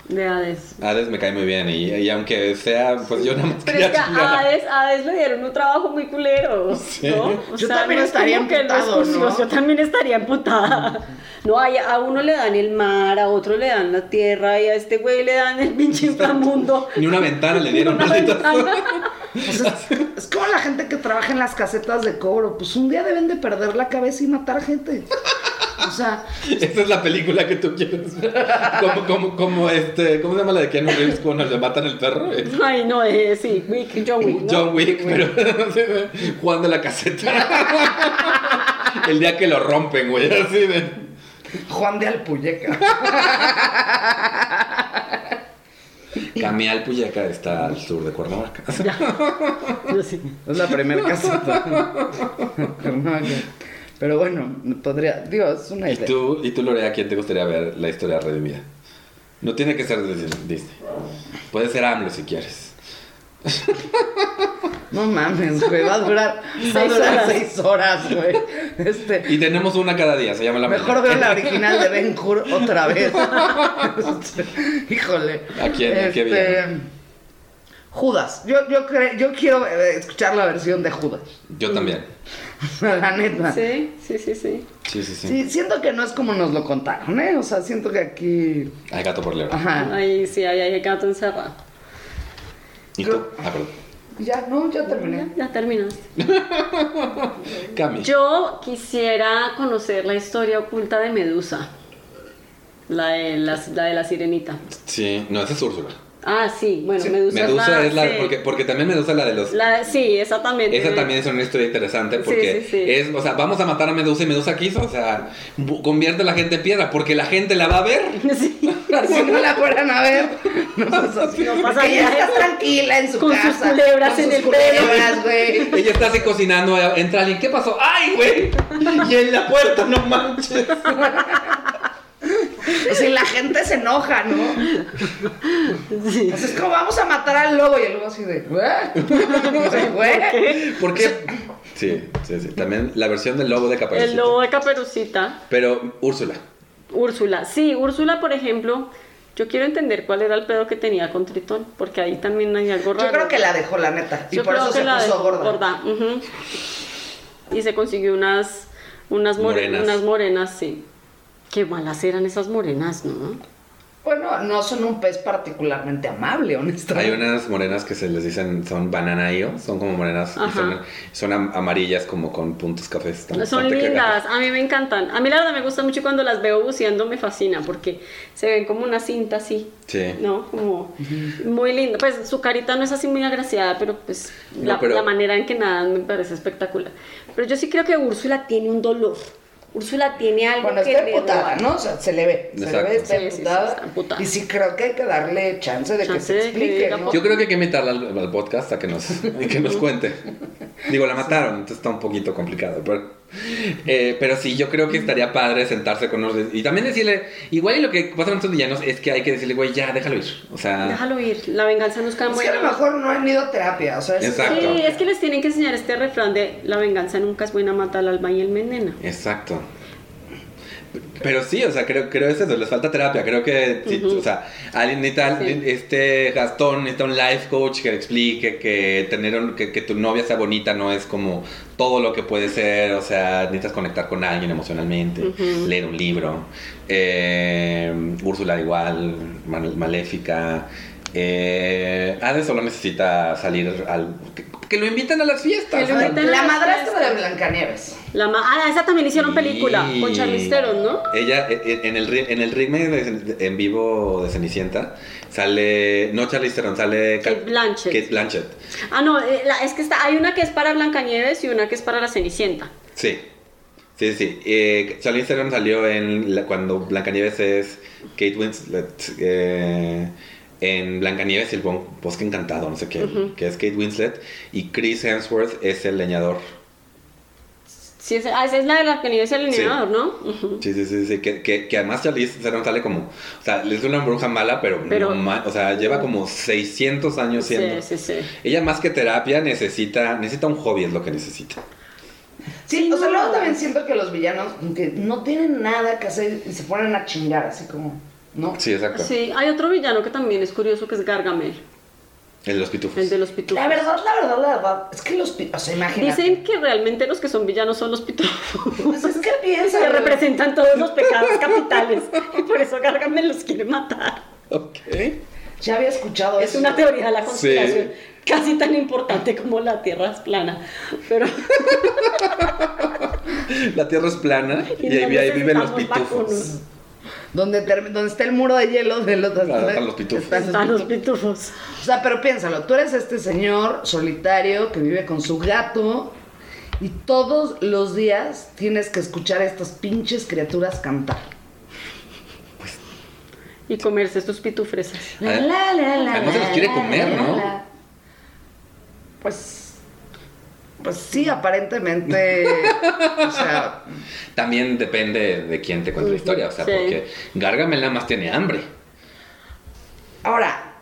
Speaker 1: De Hades.
Speaker 2: Hades me cae muy bien y, y aunque sea, pues yo nada más
Speaker 1: Pero es
Speaker 2: quería
Speaker 1: que
Speaker 2: chingar
Speaker 1: a
Speaker 2: a-
Speaker 1: Hades, a Hades le dieron un trabajo muy culero, ¿no? O
Speaker 3: Yo también
Speaker 1: es como
Speaker 3: estaría
Speaker 1: que no es
Speaker 3: emputado,
Speaker 1: justo,
Speaker 3: ¿no?
Speaker 1: Yo también estaría emputada. No, hay- a uno le dan el mar, a otro le dan la tierra, y a este güey le dan el pinche inframundo.
Speaker 2: Ni una ventana le dieron, <laughs>
Speaker 1: Una
Speaker 2: maldita
Speaker 1: ventana.
Speaker 2: sea.
Speaker 3: Pues Es como la gente que trabaja en las casetas de cobro. Pues un día deben de perder la cabeza y matar gente. O sea,
Speaker 2: Esta es la película que tú quieres ver. Como, como, como este, ¿cómo se llama la de Keanu Reeves cuando le matan el perro? Eh,
Speaker 1: Ay, no, eh, sí, Wick, John Wick. ¿no?
Speaker 2: John Wick, pero <laughs> jugando a la caseta. El día que lo rompen, güey, así de.
Speaker 3: Juan de Alpuyeca.
Speaker 2: Camial Puyaca está al sur de Cuernavaca.
Speaker 1: Yo sí.
Speaker 3: Es la primera caseta. Pero bueno, podría. Digo, es una
Speaker 2: ¿Y
Speaker 3: idea.
Speaker 2: tú, y tú Lorea, quién te gustaría ver la historia redimida? No tiene que ser de Disney. Puede ser AMLO si quieres.
Speaker 3: No mames, güey. Va a <laughs> durar, va a
Speaker 1: Seis
Speaker 3: durar
Speaker 1: horas.
Speaker 3: seis horas, güey. Este.
Speaker 2: Y tenemos una cada día, se llama la
Speaker 3: Mejor
Speaker 2: mañana.
Speaker 3: veo la original de Ben Hur otra vez. Este, Híjole. Este,
Speaker 2: ¿A quién? ¿A qué viene?
Speaker 3: Judas. Yo, yo, cre- yo quiero eh, escuchar la versión de Judas.
Speaker 1: Mm.
Speaker 2: Yo también.
Speaker 3: <laughs> La neta. Sí.
Speaker 1: Sí, sí, sí, sí.
Speaker 2: Sí, sí, sí.
Speaker 3: siento que no es como nos lo contaron, ¿eh? O sea, siento que aquí.
Speaker 2: Hay gato por liebre.
Speaker 3: Ajá.
Speaker 1: Ahí sí, ahí hay gato encerrado.
Speaker 2: ¿Y tú? Ah, perdón.
Speaker 3: Ya, no, ya
Speaker 1: Ya,
Speaker 3: terminé.
Speaker 1: ya terminaste.
Speaker 2: Cami.
Speaker 1: Yo quisiera conocer la historia oculta de Medusa. La de la, la de la sirenita.
Speaker 2: Sí, no, esa es Úrsula.
Speaker 1: Ah, sí, bueno,
Speaker 3: Sí.
Speaker 1: Medusa,
Speaker 2: Medusa es la.
Speaker 1: sí.
Speaker 2: Porque, porque también Medusa es la de los.
Speaker 1: La- sí, esa también.
Speaker 2: Esa
Speaker 1: tiene-
Speaker 2: también es una historia interesante
Speaker 1: Sí,
Speaker 2: porque
Speaker 1: sí, sí.
Speaker 2: es, o sea, vamos a matar a Medusa y Medusa quiso, o sea, bu- convierte a la gente en piedra porque la gente la va a ver.
Speaker 1: <laughs>
Speaker 2: <laughs>
Speaker 1: Sí.
Speaker 3: <laughs> Si
Speaker 2: Ah,
Speaker 3: no la fueran a
Speaker 1: <laughs>
Speaker 3: ver, no pues, pasa
Speaker 1: No pasa
Speaker 3: Ella
Speaker 1: nada.
Speaker 3: está tranquila en su
Speaker 1: Con sus
Speaker 3: casa.
Speaker 1: culebras
Speaker 3: con
Speaker 1: en
Speaker 3: sus
Speaker 1: el pelo.
Speaker 3: culebras, güey.
Speaker 2: Ella está así cocinando, entra alguien, ¿qué pasó? ¡Ay, güey! Y en la puerta, no manches.
Speaker 3: O sea, y la gente se enoja, ¿no?
Speaker 1: Sí.
Speaker 2: pues,
Speaker 3: O sea, es como vamos a matar al lobo y el lobo así de,
Speaker 1: <laughs>
Speaker 3: ¿Güey? O sea, güey.
Speaker 2: ¿Por qué? Sí, sí, sí. También la versión del lobo de Caperucita.
Speaker 1: El lobo de Caperucita.
Speaker 2: Pero Úrsula.
Speaker 1: Úrsula. Sí, Úrsula, por ejemplo, yo quiero entender cuál era el pedo que tenía con Tritón, porque ahí también hay algo raro.
Speaker 3: Yo creo que la dejó, la neta. Y
Speaker 1: Yo
Speaker 3: por
Speaker 1: creo
Speaker 3: eso
Speaker 1: que
Speaker 3: se
Speaker 1: la
Speaker 3: puso
Speaker 1: dejó
Speaker 3: gorda.
Speaker 1: ujú. Y se consiguió unas, unas, more-
Speaker 2: Morenas.
Speaker 1: unas morenas, sí. Qué malas eran esas morenas, ¿no?
Speaker 3: Bueno, no son un pez particularmente amable,
Speaker 2: Hay
Speaker 3: honestamente.
Speaker 2: unas morenas que se les dicen, son bananaio, son como morenas, y
Speaker 1: Ajá.
Speaker 2: son, son am- amarillas como con puntos cafés. están
Speaker 1: Son
Speaker 2: bastante
Speaker 1: lindas,
Speaker 2: cagadas.
Speaker 1: a mí me encantan. A mí la verdad me gusta mucho y cuando las veo buceando me fascina porque se ven como una cinta así,
Speaker 2: Sí.
Speaker 1: ¿no? Como muy linda. Pues su carita no es así muy agraciada, pero pues
Speaker 2: No,
Speaker 1: la,
Speaker 2: pero-
Speaker 1: la manera en que nadan me parece espectacular. Pero yo sí creo que Úrsula tiene un dolor. Úrsula tiene algo
Speaker 3: Bueno,
Speaker 1: que
Speaker 3: está
Speaker 1: le
Speaker 3: emputada,
Speaker 1: roba.
Speaker 3: ¿no? O sea, se le ve. Se le
Speaker 2: Exacto.
Speaker 3: ve, está
Speaker 1: Sí, sí, sí,
Speaker 3: emputada.
Speaker 1: está emputada.
Speaker 3: Y sí creo que hay que darle chance de que
Speaker 1: Chance
Speaker 3: se
Speaker 1: de que
Speaker 3: explique,
Speaker 1: diga "Pues,
Speaker 3: ¿no?
Speaker 1: por-
Speaker 2: Yo creo que hay que invitarla al, al podcast a que nos, a que nos cuente. Digo, la mataron, entonces está un poquito complicado. Pero, eh, pero sí, yo creo que estaría padre sentarse con nosotros. Y también decirle, igual y lo que pasa con estos villanos es que hay que decirle, güey, ya, déjalo ir. O sea,
Speaker 1: Déjalo ir, la venganza no es tan
Speaker 3: Es que a
Speaker 1: buena.
Speaker 3: lo mejor no han ido a terapia, o sea, es-
Speaker 2: Exacto.
Speaker 1: Sí, es que les tienen que enseñar este refrán de la venganza nunca es buena, mata al alma y el menena.
Speaker 2: exacto. Pero sí, o sea, creo, creo es eso, les falta terapia. Creo que, sí, o sea, alguien necesita,
Speaker 1: Sí.
Speaker 2: este Gastón necesita un life coach que le explique que tener un- que, que tu novia sea bonita no es como todo lo que puede ser. O sea, necesitas conectar con alguien emocionalmente,
Speaker 1: Ujú.
Speaker 2: leer un libro. Eh, Úrsula igual, Mal- Maléfica. Eh, Hades solo necesita salir al... Que, que lo inviten a las fiestas.
Speaker 1: Que lo
Speaker 2: o sea,
Speaker 1: inviten
Speaker 3: La madrastra de Blancanieves.
Speaker 1: La ma- ah, esa también hicieron película
Speaker 2: Sí.
Speaker 1: con Charlize Theron, ¿no?
Speaker 2: Ella, e- e- en el, re- en el remake de- en vivo de Cenicienta, sale. No Charlize Theron, sale. Ca-
Speaker 1: Kate Blanchett.
Speaker 2: Kate Blanchett.
Speaker 1: Ah, no, eh, la- es que está, hay una que es para Blancanieves y una que es para la Cenicienta.
Speaker 2: Sí. Sí, sí. Eh, Charlize Theron salió en la- cuando Blancanieves es Kate Winslet. eh, en Blancanieves y el Bo- Bosque Encantado, no sé qué,
Speaker 1: Ujú.
Speaker 2: que es Kate Winslet. Y Chris Hemsworth es el leñador.
Speaker 1: Sí, esa, ah, esa es la de Blancanieves y el
Speaker 2: Sí.
Speaker 1: leñador, ¿no? Ujú.
Speaker 2: Sí, sí, sí, sí, Que, que, que además Charlize Theron sale como. O sea, es una bruja mala, pero.
Speaker 1: Pero-
Speaker 2: no ma- o sea, lleva como 600 años siendo.
Speaker 1: Sí, sí, sí.
Speaker 2: Ella más que terapia necesita, necesita un hobby, es lo que necesita.
Speaker 3: Sí,
Speaker 1: Sí,
Speaker 3: o sea,
Speaker 1: no.
Speaker 3: luego también siento que los villanos como que no tienen nada que hacer y se ponen a chingar, así como, ¿no?
Speaker 2: Sí, exacto.
Speaker 1: Sí, hay otro villano que también es curioso que es Gargamel,
Speaker 2: El de los pitufos.
Speaker 1: el de los pitufos.
Speaker 3: La verdad, la verdad, la verdad, es que los, pi- o sea, imagínate.
Speaker 1: Dicen que realmente los que son villanos son los pitufos.
Speaker 3: <laughs> pues
Speaker 1: <laughs>
Speaker 3: es que piensa,
Speaker 1: Que
Speaker 3: güey.
Speaker 1: <laughs> representan todos los pecados capitales. Y por eso Gargamel los quiere matar.
Speaker 2: Ok.
Speaker 3: Ya había escuchado
Speaker 1: Es
Speaker 3: eso.
Speaker 1: una teoría de la conspiración
Speaker 2: Sí.
Speaker 1: casi tan importante como la Tierra es plana. Pero
Speaker 2: La tierra es plana y, ahí,
Speaker 1: no
Speaker 2: ahí viven los
Speaker 1: necesitamos
Speaker 2: pitufos.
Speaker 1: vacunos.
Speaker 3: Donde, term- donde está el muro de hielo de los
Speaker 2: Claro, están los pitufos.
Speaker 3: están los
Speaker 1: <laughs> <laughs> Están los
Speaker 3: pitufos.
Speaker 1: pitufos.
Speaker 3: O sea, pero piénsalo, tú eres este señor solitario que vive con su gato y todos los días tienes que escuchar a estas pinches criaturas cantar.
Speaker 1: Y comerse estos pitufresas.
Speaker 2: Ad- además se los quiere comer, ¿no?
Speaker 3: Pues pues sí, aparentemente, o sea,
Speaker 2: También depende de quién te cuente la
Speaker 1: Ujú,
Speaker 2: historia. O sea,
Speaker 1: sí.
Speaker 2: porque Gargamel nada más tiene hambre.
Speaker 3: ahora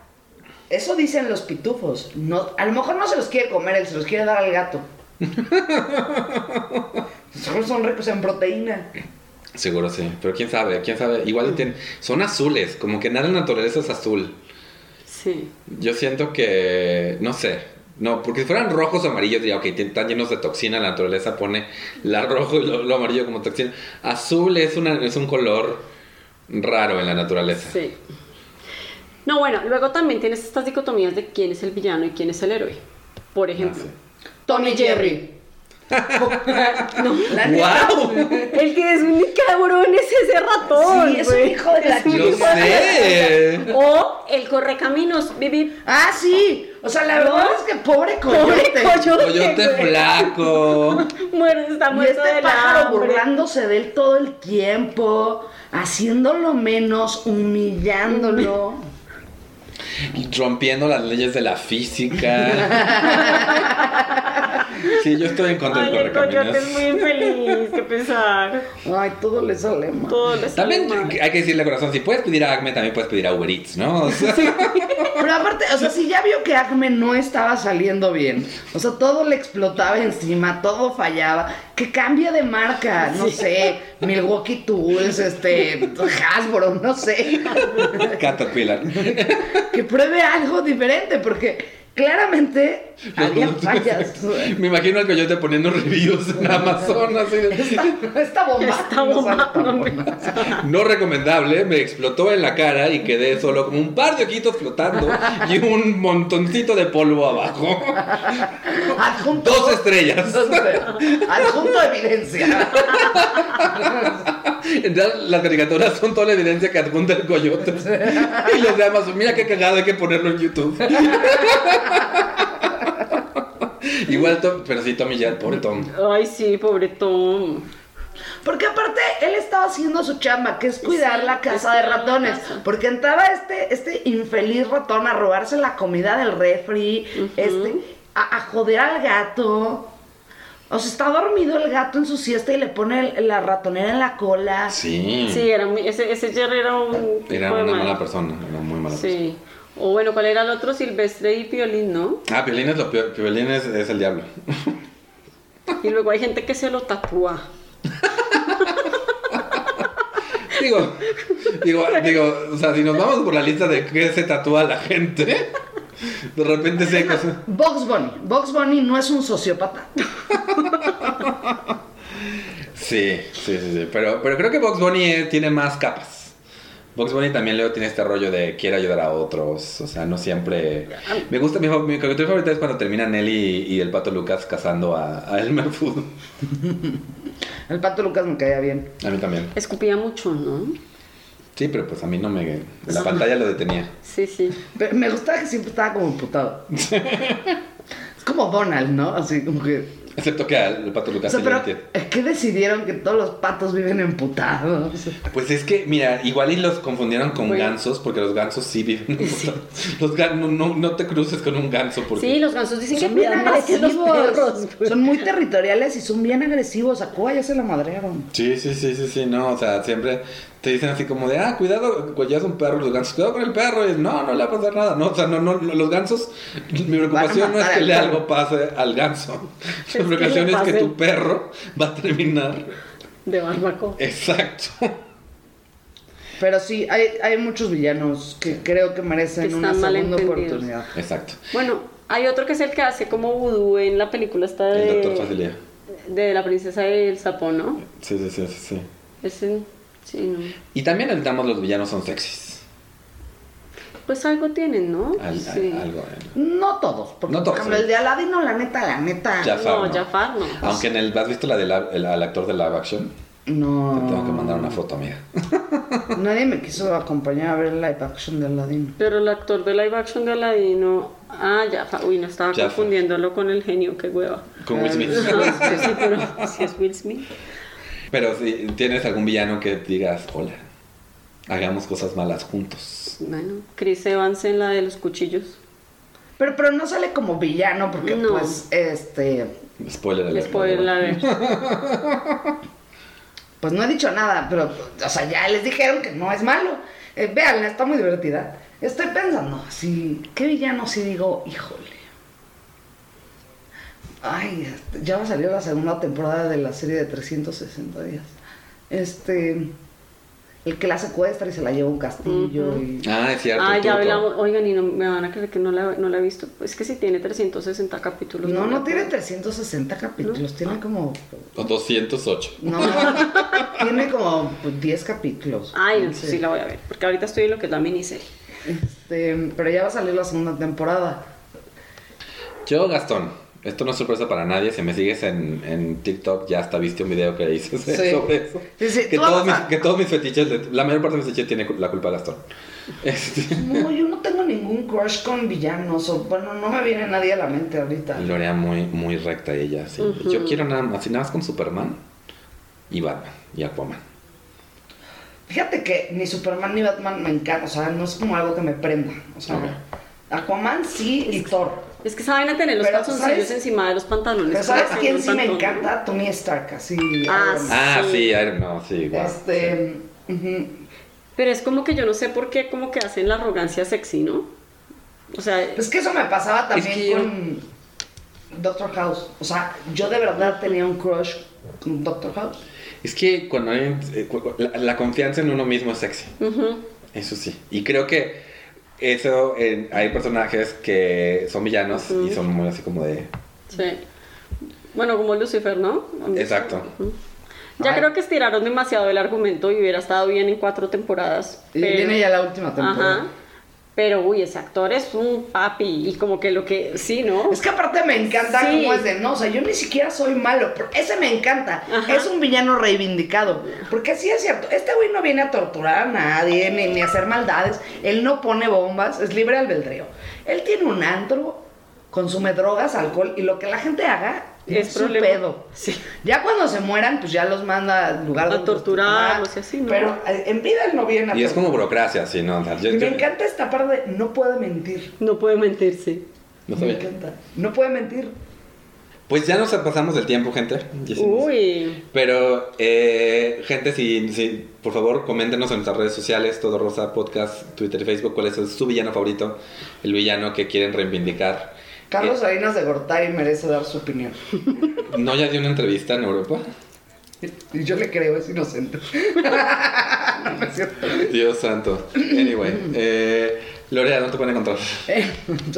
Speaker 3: eso dicen los pitufos. No, a lo mejor no se los quiere comer, él se los quiere dar
Speaker 2: <laughs>
Speaker 3: al gato. Solo son ricos en proteína.
Speaker 2: Seguro sí. Pero quién sabe, quién sabe. Igual tienen- son azules, como que nada en la naturaleza es azul.
Speaker 1: Sí.
Speaker 2: Yo siento que. No sé. No, porque si fueran rojos o amarillos, diría, ok, tien- están llenos de toxina, la naturaleza pone la rojo y lo, lo amarillo como toxina. Azul es, una, es un color raro en la naturaleza.
Speaker 1: Sí. No, bueno, luego también tienes estas dicotomías de quién es el villano y quién es el héroe. Por ejemplo.
Speaker 2: Ah,
Speaker 3: Tommy Jerry. <laughs>
Speaker 1: No.
Speaker 3: La neta,
Speaker 1: <laughs>
Speaker 2: ¡Wow!
Speaker 1: El que es un cabrón es ese ratón.
Speaker 3: Sí, es un
Speaker 1: güey.
Speaker 3: hijo de la
Speaker 1: Es un
Speaker 2: ¡Lo
Speaker 1: hijo de la
Speaker 2: sé!
Speaker 1: O el correcaminos, bibi.
Speaker 3: Ah, sí. O sea, la
Speaker 1: ¿No?
Speaker 3: verdad es que pobre coyote.
Speaker 1: Pobre coyote. <laughs>
Speaker 2: Coyote
Speaker 1: güey.
Speaker 2: flaco.
Speaker 1: Muere, está
Speaker 3: Y
Speaker 1: muerto
Speaker 3: este
Speaker 1: de
Speaker 3: pájaro
Speaker 1: la
Speaker 3: burlándose de él todo el tiempo, haciéndolo menos,
Speaker 1: <laughs>
Speaker 3: humillándolo.
Speaker 2: Y Rompiendo las leyes de la física. Sí, yo estoy en contra
Speaker 1: Ay,
Speaker 2: del
Speaker 1: el coyote este es
Speaker 2: correcaminos.
Speaker 1: muy infeliz, qué pesar.
Speaker 3: Ay, todo le sale mal.
Speaker 1: Todo le sale
Speaker 2: También
Speaker 1: mal.
Speaker 2: hay que decirle corazón, si puedes pedir a Acme, también puedes pedir a Uber Eats, ¿no? O sea,
Speaker 3: Pero aparte, o sea, si ya vio que Acme no estaba saliendo bien, o sea, todo le explotaba encima, todo fallaba, que cambie de marca, no sé, Milwaukee Tools, este,
Speaker 1: <laughs>
Speaker 3: Hasbro, no sé.
Speaker 2: <laughs> Caterpillar.
Speaker 3: que pruebe algo diferente, porque claramente
Speaker 2: <laughs>
Speaker 3: había fallas.
Speaker 2: Me imagino al coyote poniendo reviews en Amazon, así de, <laughs>
Speaker 3: Esta bomba.
Speaker 1: Esta
Speaker 3: no sabe
Speaker 1: bomba,
Speaker 3: tan
Speaker 1: no me-
Speaker 3: buena.
Speaker 2: no recomendable, me explotó en la cara y quedé solo como un par de ojitos flotando y un montoncito de polvo abajo.
Speaker 3: Adjunto.
Speaker 2: Dos estrellas.
Speaker 3: Adjunto evidencia.
Speaker 2: En realidad, las caricaturas son toda la evidencia que adjunta el coyote. Y los de Amazon, mira qué cagado, hay que ponerlo en YouTube. <laughs> Igual, Tom- pero sí, Tommy ya, pobre Tom.
Speaker 1: Ay, sí, pobre Tom.
Speaker 3: Porque aparte, él estaba haciendo su chamba, que es cuidar
Speaker 1: Sí,
Speaker 3: la casa
Speaker 1: es
Speaker 3: de
Speaker 1: cuidar la
Speaker 3: ratones.
Speaker 1: casa.
Speaker 3: Porque entraba este, este infeliz ratón a robarse la comida del refri, este, a, a joder al gato. O sea, está dormido el gato en su siesta y le pone el- la ratonera en la cola.
Speaker 2: Sí.
Speaker 1: Sí, era muy- ese, ese Jerry era un.
Speaker 2: Mm. Era
Speaker 1: hijo de
Speaker 2: una
Speaker 1: madre.
Speaker 2: mala persona, era muy mala persona.
Speaker 1: Sí. O bueno, ¿cuál era el otro? Silvestre y Piolín, ¿no?
Speaker 2: Ah, Piolín es lo peor. Piolín es, es el diablo.
Speaker 1: Y luego hay gente que se lo tatúa.
Speaker 2: <laughs> Digo, digo, digo, o sea, si nos vamos por la lista de qué se tatúa la gente, de repente se hay cosas.
Speaker 3: Box Bunny. Box Bunny no es un sociópata.
Speaker 2: Sí, sí, sí, sí. Pero, pero creo que Box Bunny eh, tiene más capas. Box Bunny también luego tiene este rollo de quiere ayudar a otros. O sea, no siempre. Me gusta, mi, fa- mi caricatura favorita es cuando termina Nelly y, y el pato Lucas cazando a, a Elmer Food.
Speaker 3: El pato Lucas me caía bien.
Speaker 2: A mí también.
Speaker 1: Escupía mucho, ¿no?
Speaker 2: Sí, pero pues a mí no me. La pantalla lo detenía.
Speaker 1: Sí, sí.
Speaker 3: Pero me gustaba que siempre estaba como
Speaker 2: <laughs>
Speaker 3: emputado. es como Donald, ¿no? Así como que.
Speaker 2: Excepto que al el pato
Speaker 3: O
Speaker 2: Lucas
Speaker 3: sea,
Speaker 2: sí lo
Speaker 3: pero
Speaker 2: entiende.
Speaker 3: es que decidieron que todos los patos viven emputados.
Speaker 2: Pues es que, mira, igual y los confundieron con
Speaker 1: Bueno.
Speaker 2: gansos, porque los gansos sí viven. en botas. Los gan- no, no, no te cruces con un ganso porque.
Speaker 1: Sí, los gansos dicen que
Speaker 3: Son bien
Speaker 1: cuidan más que los perros.
Speaker 3: agresivos. Son muy territoriales y son bien agresivos. A Cuba ya se la madrearon.
Speaker 2: Sí, sí, sí, sí, sí, no, o sea, siempre te dicen así como de, ah, cuidado, cu- ya es un perro, los gansos, cuidado con el perro, y no, no le va a pasar nada, no, o sea, no, no, no, los gansos, mi preocupación no es
Speaker 3: matar
Speaker 2: que
Speaker 3: al
Speaker 2: le
Speaker 3: perro.
Speaker 2: algo pase al ganso,
Speaker 1: Es
Speaker 2: <laughs> mi
Speaker 1: que
Speaker 2: preocupación
Speaker 1: le
Speaker 2: es que
Speaker 1: pase.
Speaker 2: tu perro va a terminar,
Speaker 1: De
Speaker 2: Eh.
Speaker 1: barbaco.
Speaker 2: exacto,
Speaker 3: Pero sí, hay, hay muchos villanos que creo que merecen
Speaker 1: Que
Speaker 3: una
Speaker 1: están mal
Speaker 3: segunda
Speaker 1: entendidos.
Speaker 3: oportunidad.
Speaker 2: exacto,
Speaker 1: Bueno, hay otro que es el que hace como vudú en la película esta de...
Speaker 2: el doctor Facilidad,
Speaker 1: De la princesa del sapo, ¿no?
Speaker 2: sí, sí, sí, sí, sí,
Speaker 1: Ese... Sí, no.
Speaker 2: y también admitamos los villanos son sexys,
Speaker 1: Pues algo tienen, ¿no?
Speaker 2: Al-
Speaker 1: sí.
Speaker 2: al- algo, eh.
Speaker 3: No todos, porque
Speaker 2: No
Speaker 3: por
Speaker 2: todos, ¿eh?
Speaker 3: ejemplo,
Speaker 2: sí.
Speaker 3: el de Aladino, la neta, la neta.
Speaker 2: Jafar,
Speaker 1: no,
Speaker 2: Ah, ¿no?
Speaker 1: Jafar no.
Speaker 2: Aunque en el. ¿Has visto la del el- al actor de live action?
Speaker 3: No.
Speaker 2: Te tengo que mandar una foto, amiga.
Speaker 3: Nadie me quiso acompañar a ver el live action de Aladino.
Speaker 1: Pero el actor de live action de Aladino. Ah, Jafar. Uy, no estaba
Speaker 2: Jafar.
Speaker 1: confundiéndolo con el genio, qué hueva.
Speaker 2: Con Will Smith.
Speaker 1: Ajá, sí, pero si es Will Smith.
Speaker 2: <laughs> Pero si tienes algún villano que digas, hola, hagamos cosas malas juntos.
Speaker 1: Bueno, Chris Evans en la de los cuchillos.
Speaker 3: Pero, pero no sale como villano, porque
Speaker 1: No.
Speaker 3: pues, este.
Speaker 2: Spoiler alert.
Speaker 1: Spoiler
Speaker 2: ¿no?
Speaker 1: alert.
Speaker 3: Pues no he dicho nada, pero, o sea, ya les dijeron que no es malo. Eh, véanla, está muy divertida. Estoy pensando, si, ¿qué villano si digo, híjole? Ay, este, ya va a salir la segunda temporada de la serie de 360 días. Este, el que la secuestra y se la lleva a un castillo
Speaker 1: Ujú.
Speaker 3: y...
Speaker 2: Ah, es cierto.
Speaker 1: Ah,
Speaker 2: el
Speaker 1: ya
Speaker 2: turco.
Speaker 1: hablamos. Oigan, y no me van a creer que no la, no la he visto. Es que si tiene 360 capítulos.
Speaker 3: No, no
Speaker 1: la
Speaker 3: tiene
Speaker 1: puedo-
Speaker 3: 360 capítulos, tiene como...
Speaker 2: O 208.
Speaker 3: No, tiene como 10 capítulos.
Speaker 1: Ay, no,
Speaker 3: sé.
Speaker 1: sí la voy a ver. Porque ahorita estoy en lo que es la miniserie.
Speaker 3: Este, pero ya va a salir la segunda temporada.
Speaker 2: Yo, Gastón, esto no es sorpresa para nadie. Si me sigues en, en TikTok, ya hasta viste un video que hice <laughs>
Speaker 3: Sí.
Speaker 2: sobre eso.
Speaker 3: Sí, sí,
Speaker 2: que,
Speaker 3: tú vas
Speaker 2: todos
Speaker 3: a-
Speaker 2: mis, que todos mis fetiches, de- la mayor parte de mis fetiches tiene cu- la culpa de Gastón. Este,
Speaker 3: No, yo no tengo ningún crush con villanos. O, bueno, no me viene nadie a la mente ahorita.
Speaker 2: Lorea muy, muy recta ella. sí.
Speaker 1: Ujú.
Speaker 2: Yo quiero nada más, así nada más con Superman y Batman y Aquaman.
Speaker 3: Fíjate que ni Superman ni Batman me encanta. O sea, no es como algo que me prenda. O sea,
Speaker 2: Ok.
Speaker 3: Aquaman sí y Thor.
Speaker 1: Es que saben a tener los
Speaker 3: Pero,
Speaker 1: calzoncillos
Speaker 3: ¿sabes?
Speaker 1: encima de los pantalones.
Speaker 3: Pero ¿sabes
Speaker 1: como
Speaker 3: quién
Speaker 1: un
Speaker 3: sí me
Speaker 1: pantón.
Speaker 3: encanta? Tony Stark, así.
Speaker 1: Ah,
Speaker 3: Iron Man.
Speaker 2: Ah,
Speaker 1: Sí.
Speaker 2: sí, Iron Man, sí, guau.
Speaker 3: Este. ujú.
Speaker 1: Pero es como que yo no sé por qué, como que hacen la arrogancia sexy, ¿no? O sea,
Speaker 3: Es que eso me pasaba también
Speaker 2: que yo-
Speaker 3: con Doctor House. O sea, yo de verdad tenía un crush con Doctor House.
Speaker 2: Es que cuando hay, eh, cu- cu- la, la confianza en uno mismo es sexy,
Speaker 1: ujú,
Speaker 2: eso sí. Y creo que eso, eh, hay personajes que son villanos y son muy así como de...
Speaker 1: sí. Bueno, como Lucifer, ¿no?
Speaker 2: Exacto.
Speaker 1: Ya
Speaker 3: Ay.
Speaker 1: creo que estiraron demasiado el argumento y hubiera estado bien en cuatro temporadas.
Speaker 3: Y
Speaker 1: pero-
Speaker 3: viene ya la última temporada.
Speaker 1: Ajá. Pero, uy, ese actor es un papi y como que lo que... Sí, ¿no?
Speaker 3: Es que aparte me encanta
Speaker 1: Sí.
Speaker 3: cómo es de no, o sea, yo ni siquiera soy malo, pero ese me encanta.
Speaker 1: Ajá.
Speaker 3: Es un villano reivindicado. Porque sí es cierto, este güey no viene a torturar a nadie, ni, ni a hacer maldades. Él no pone bombas, es libre albedrío. Él tiene un antro, consume drogas, alcohol, y lo que la gente haga es, su
Speaker 1: problema.
Speaker 3: pedo.
Speaker 1: Sí.
Speaker 3: Ya cuando se mueran, pues ya los manda al lugar
Speaker 1: A
Speaker 3: donde los
Speaker 1: torturarlos
Speaker 3: torturan.
Speaker 1: y así, ¿no?
Speaker 3: Pero eh, en vida él no viene a
Speaker 2: Y es como
Speaker 3: torturar.
Speaker 2: burocracia, sí, ¿no? O sea, yo-
Speaker 3: Y me
Speaker 2: yo-
Speaker 3: encanta esta parte de no puede mentir.
Speaker 1: No puede mentirse.
Speaker 2: no
Speaker 3: me
Speaker 2: sabía.
Speaker 3: encanta. No puede mentir.
Speaker 2: Pues ya nos pasamos del tiempo, gente. Ya se nos-
Speaker 1: Uy.
Speaker 2: Pero, eh, gente, si, si- por favor, coméntenos en nuestras redes sociales, Todo Rosa Podcast, Twitter y Facebook, cuál es su villano favorito, el villano que quieren reivindicar.
Speaker 3: Carlos Salinas de Gortari merece dar su opinión.
Speaker 2: Eh, ¿No ya dio una entrevista en Europa?
Speaker 3: Y yo le creo, es inocente. <laughs> no, no es cierto.
Speaker 2: Dios santo. Anyway, eh, Lorea, ¿dónde te pueden encontrar?
Speaker 3: Eh,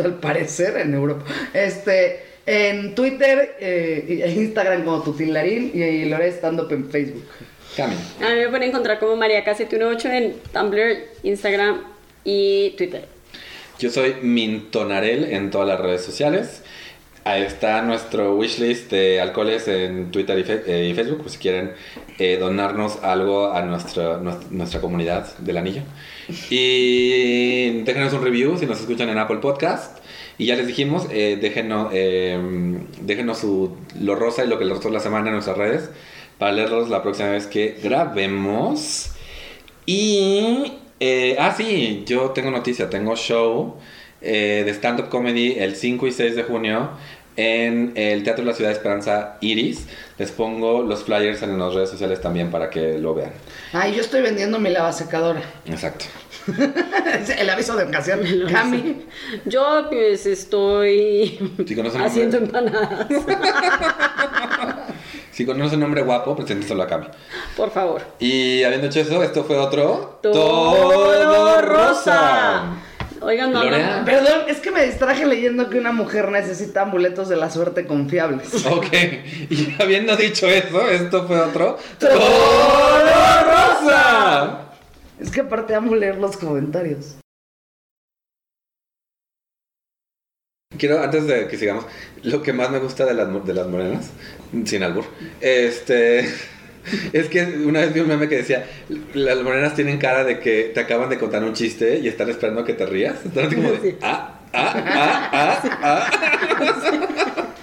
Speaker 3: al parecer en Europa. Este, en Twitter eh, e Instagram como Tutilarín y Lore Stand Up en Facebook.
Speaker 2: Cami.
Speaker 1: A mí me pueden encontrar como MariaCa718 en Tumblr, Instagram y Twitter.
Speaker 2: Yo soy Mintonarel en todas las redes sociales. Ahí está nuestro wishlist de alcoholes en Twitter y, Fe- eh, y Facebook, por si quieren eh, donarnos algo a nuestra, nuestra, nuestra comunidad del anillo. Y déjenos un review si nos escuchan en Apple Podcast. Y ya les dijimos, eh, déjenos, eh, déjenos su, lo rosa y lo que les rosa la semana en nuestras redes para leerlos la próxima vez que grabemos. Y. eh, ah, sí, yo tengo noticia. Tengo show eh, de stand-up comedy el 5 y 6 de junio en el Teatro de la Ciudad de Esperanza Iris. Les pongo los flyers en las redes sociales también para que lo vean.
Speaker 3: Ay, yo estoy vendiendo mi lavasecadora.
Speaker 2: Exacto.
Speaker 3: <laughs> Es El aviso de ocasión. Cami.
Speaker 1: Yo
Speaker 2: <laughs>
Speaker 1: pues estoy
Speaker 2: Si conocen un
Speaker 1: haciendo
Speaker 2: hombre,
Speaker 1: empanadas,
Speaker 2: si conocen un hombre guapo, pues presénteselo a Cami.
Speaker 1: por favor.
Speaker 2: Y habiendo hecho eso, esto fue otro.
Speaker 1: Todo rosa. Oigan, no,
Speaker 2: Lorea.
Speaker 1: no.
Speaker 3: Perdón, es que me distraje leyendo que una mujer necesita amuletos de la suerte
Speaker 2: <laughs>
Speaker 3: confiables.
Speaker 2: Ok, y habiendo dicho eso, esto fue otro.
Speaker 3: Todo
Speaker 2: rosa!
Speaker 3: Es que aparte amo leer los comentarios.
Speaker 2: Quiero, antes de que sigamos, lo que más me gusta de las, mo- de las morenas, sin albur, este, <laughs> es que una vez vi un meme que decía, las morenas tienen cara de que te acaban de contar un chiste y están esperando a que te rías. Entonces, como de, ah, ah, ah, ah, ah.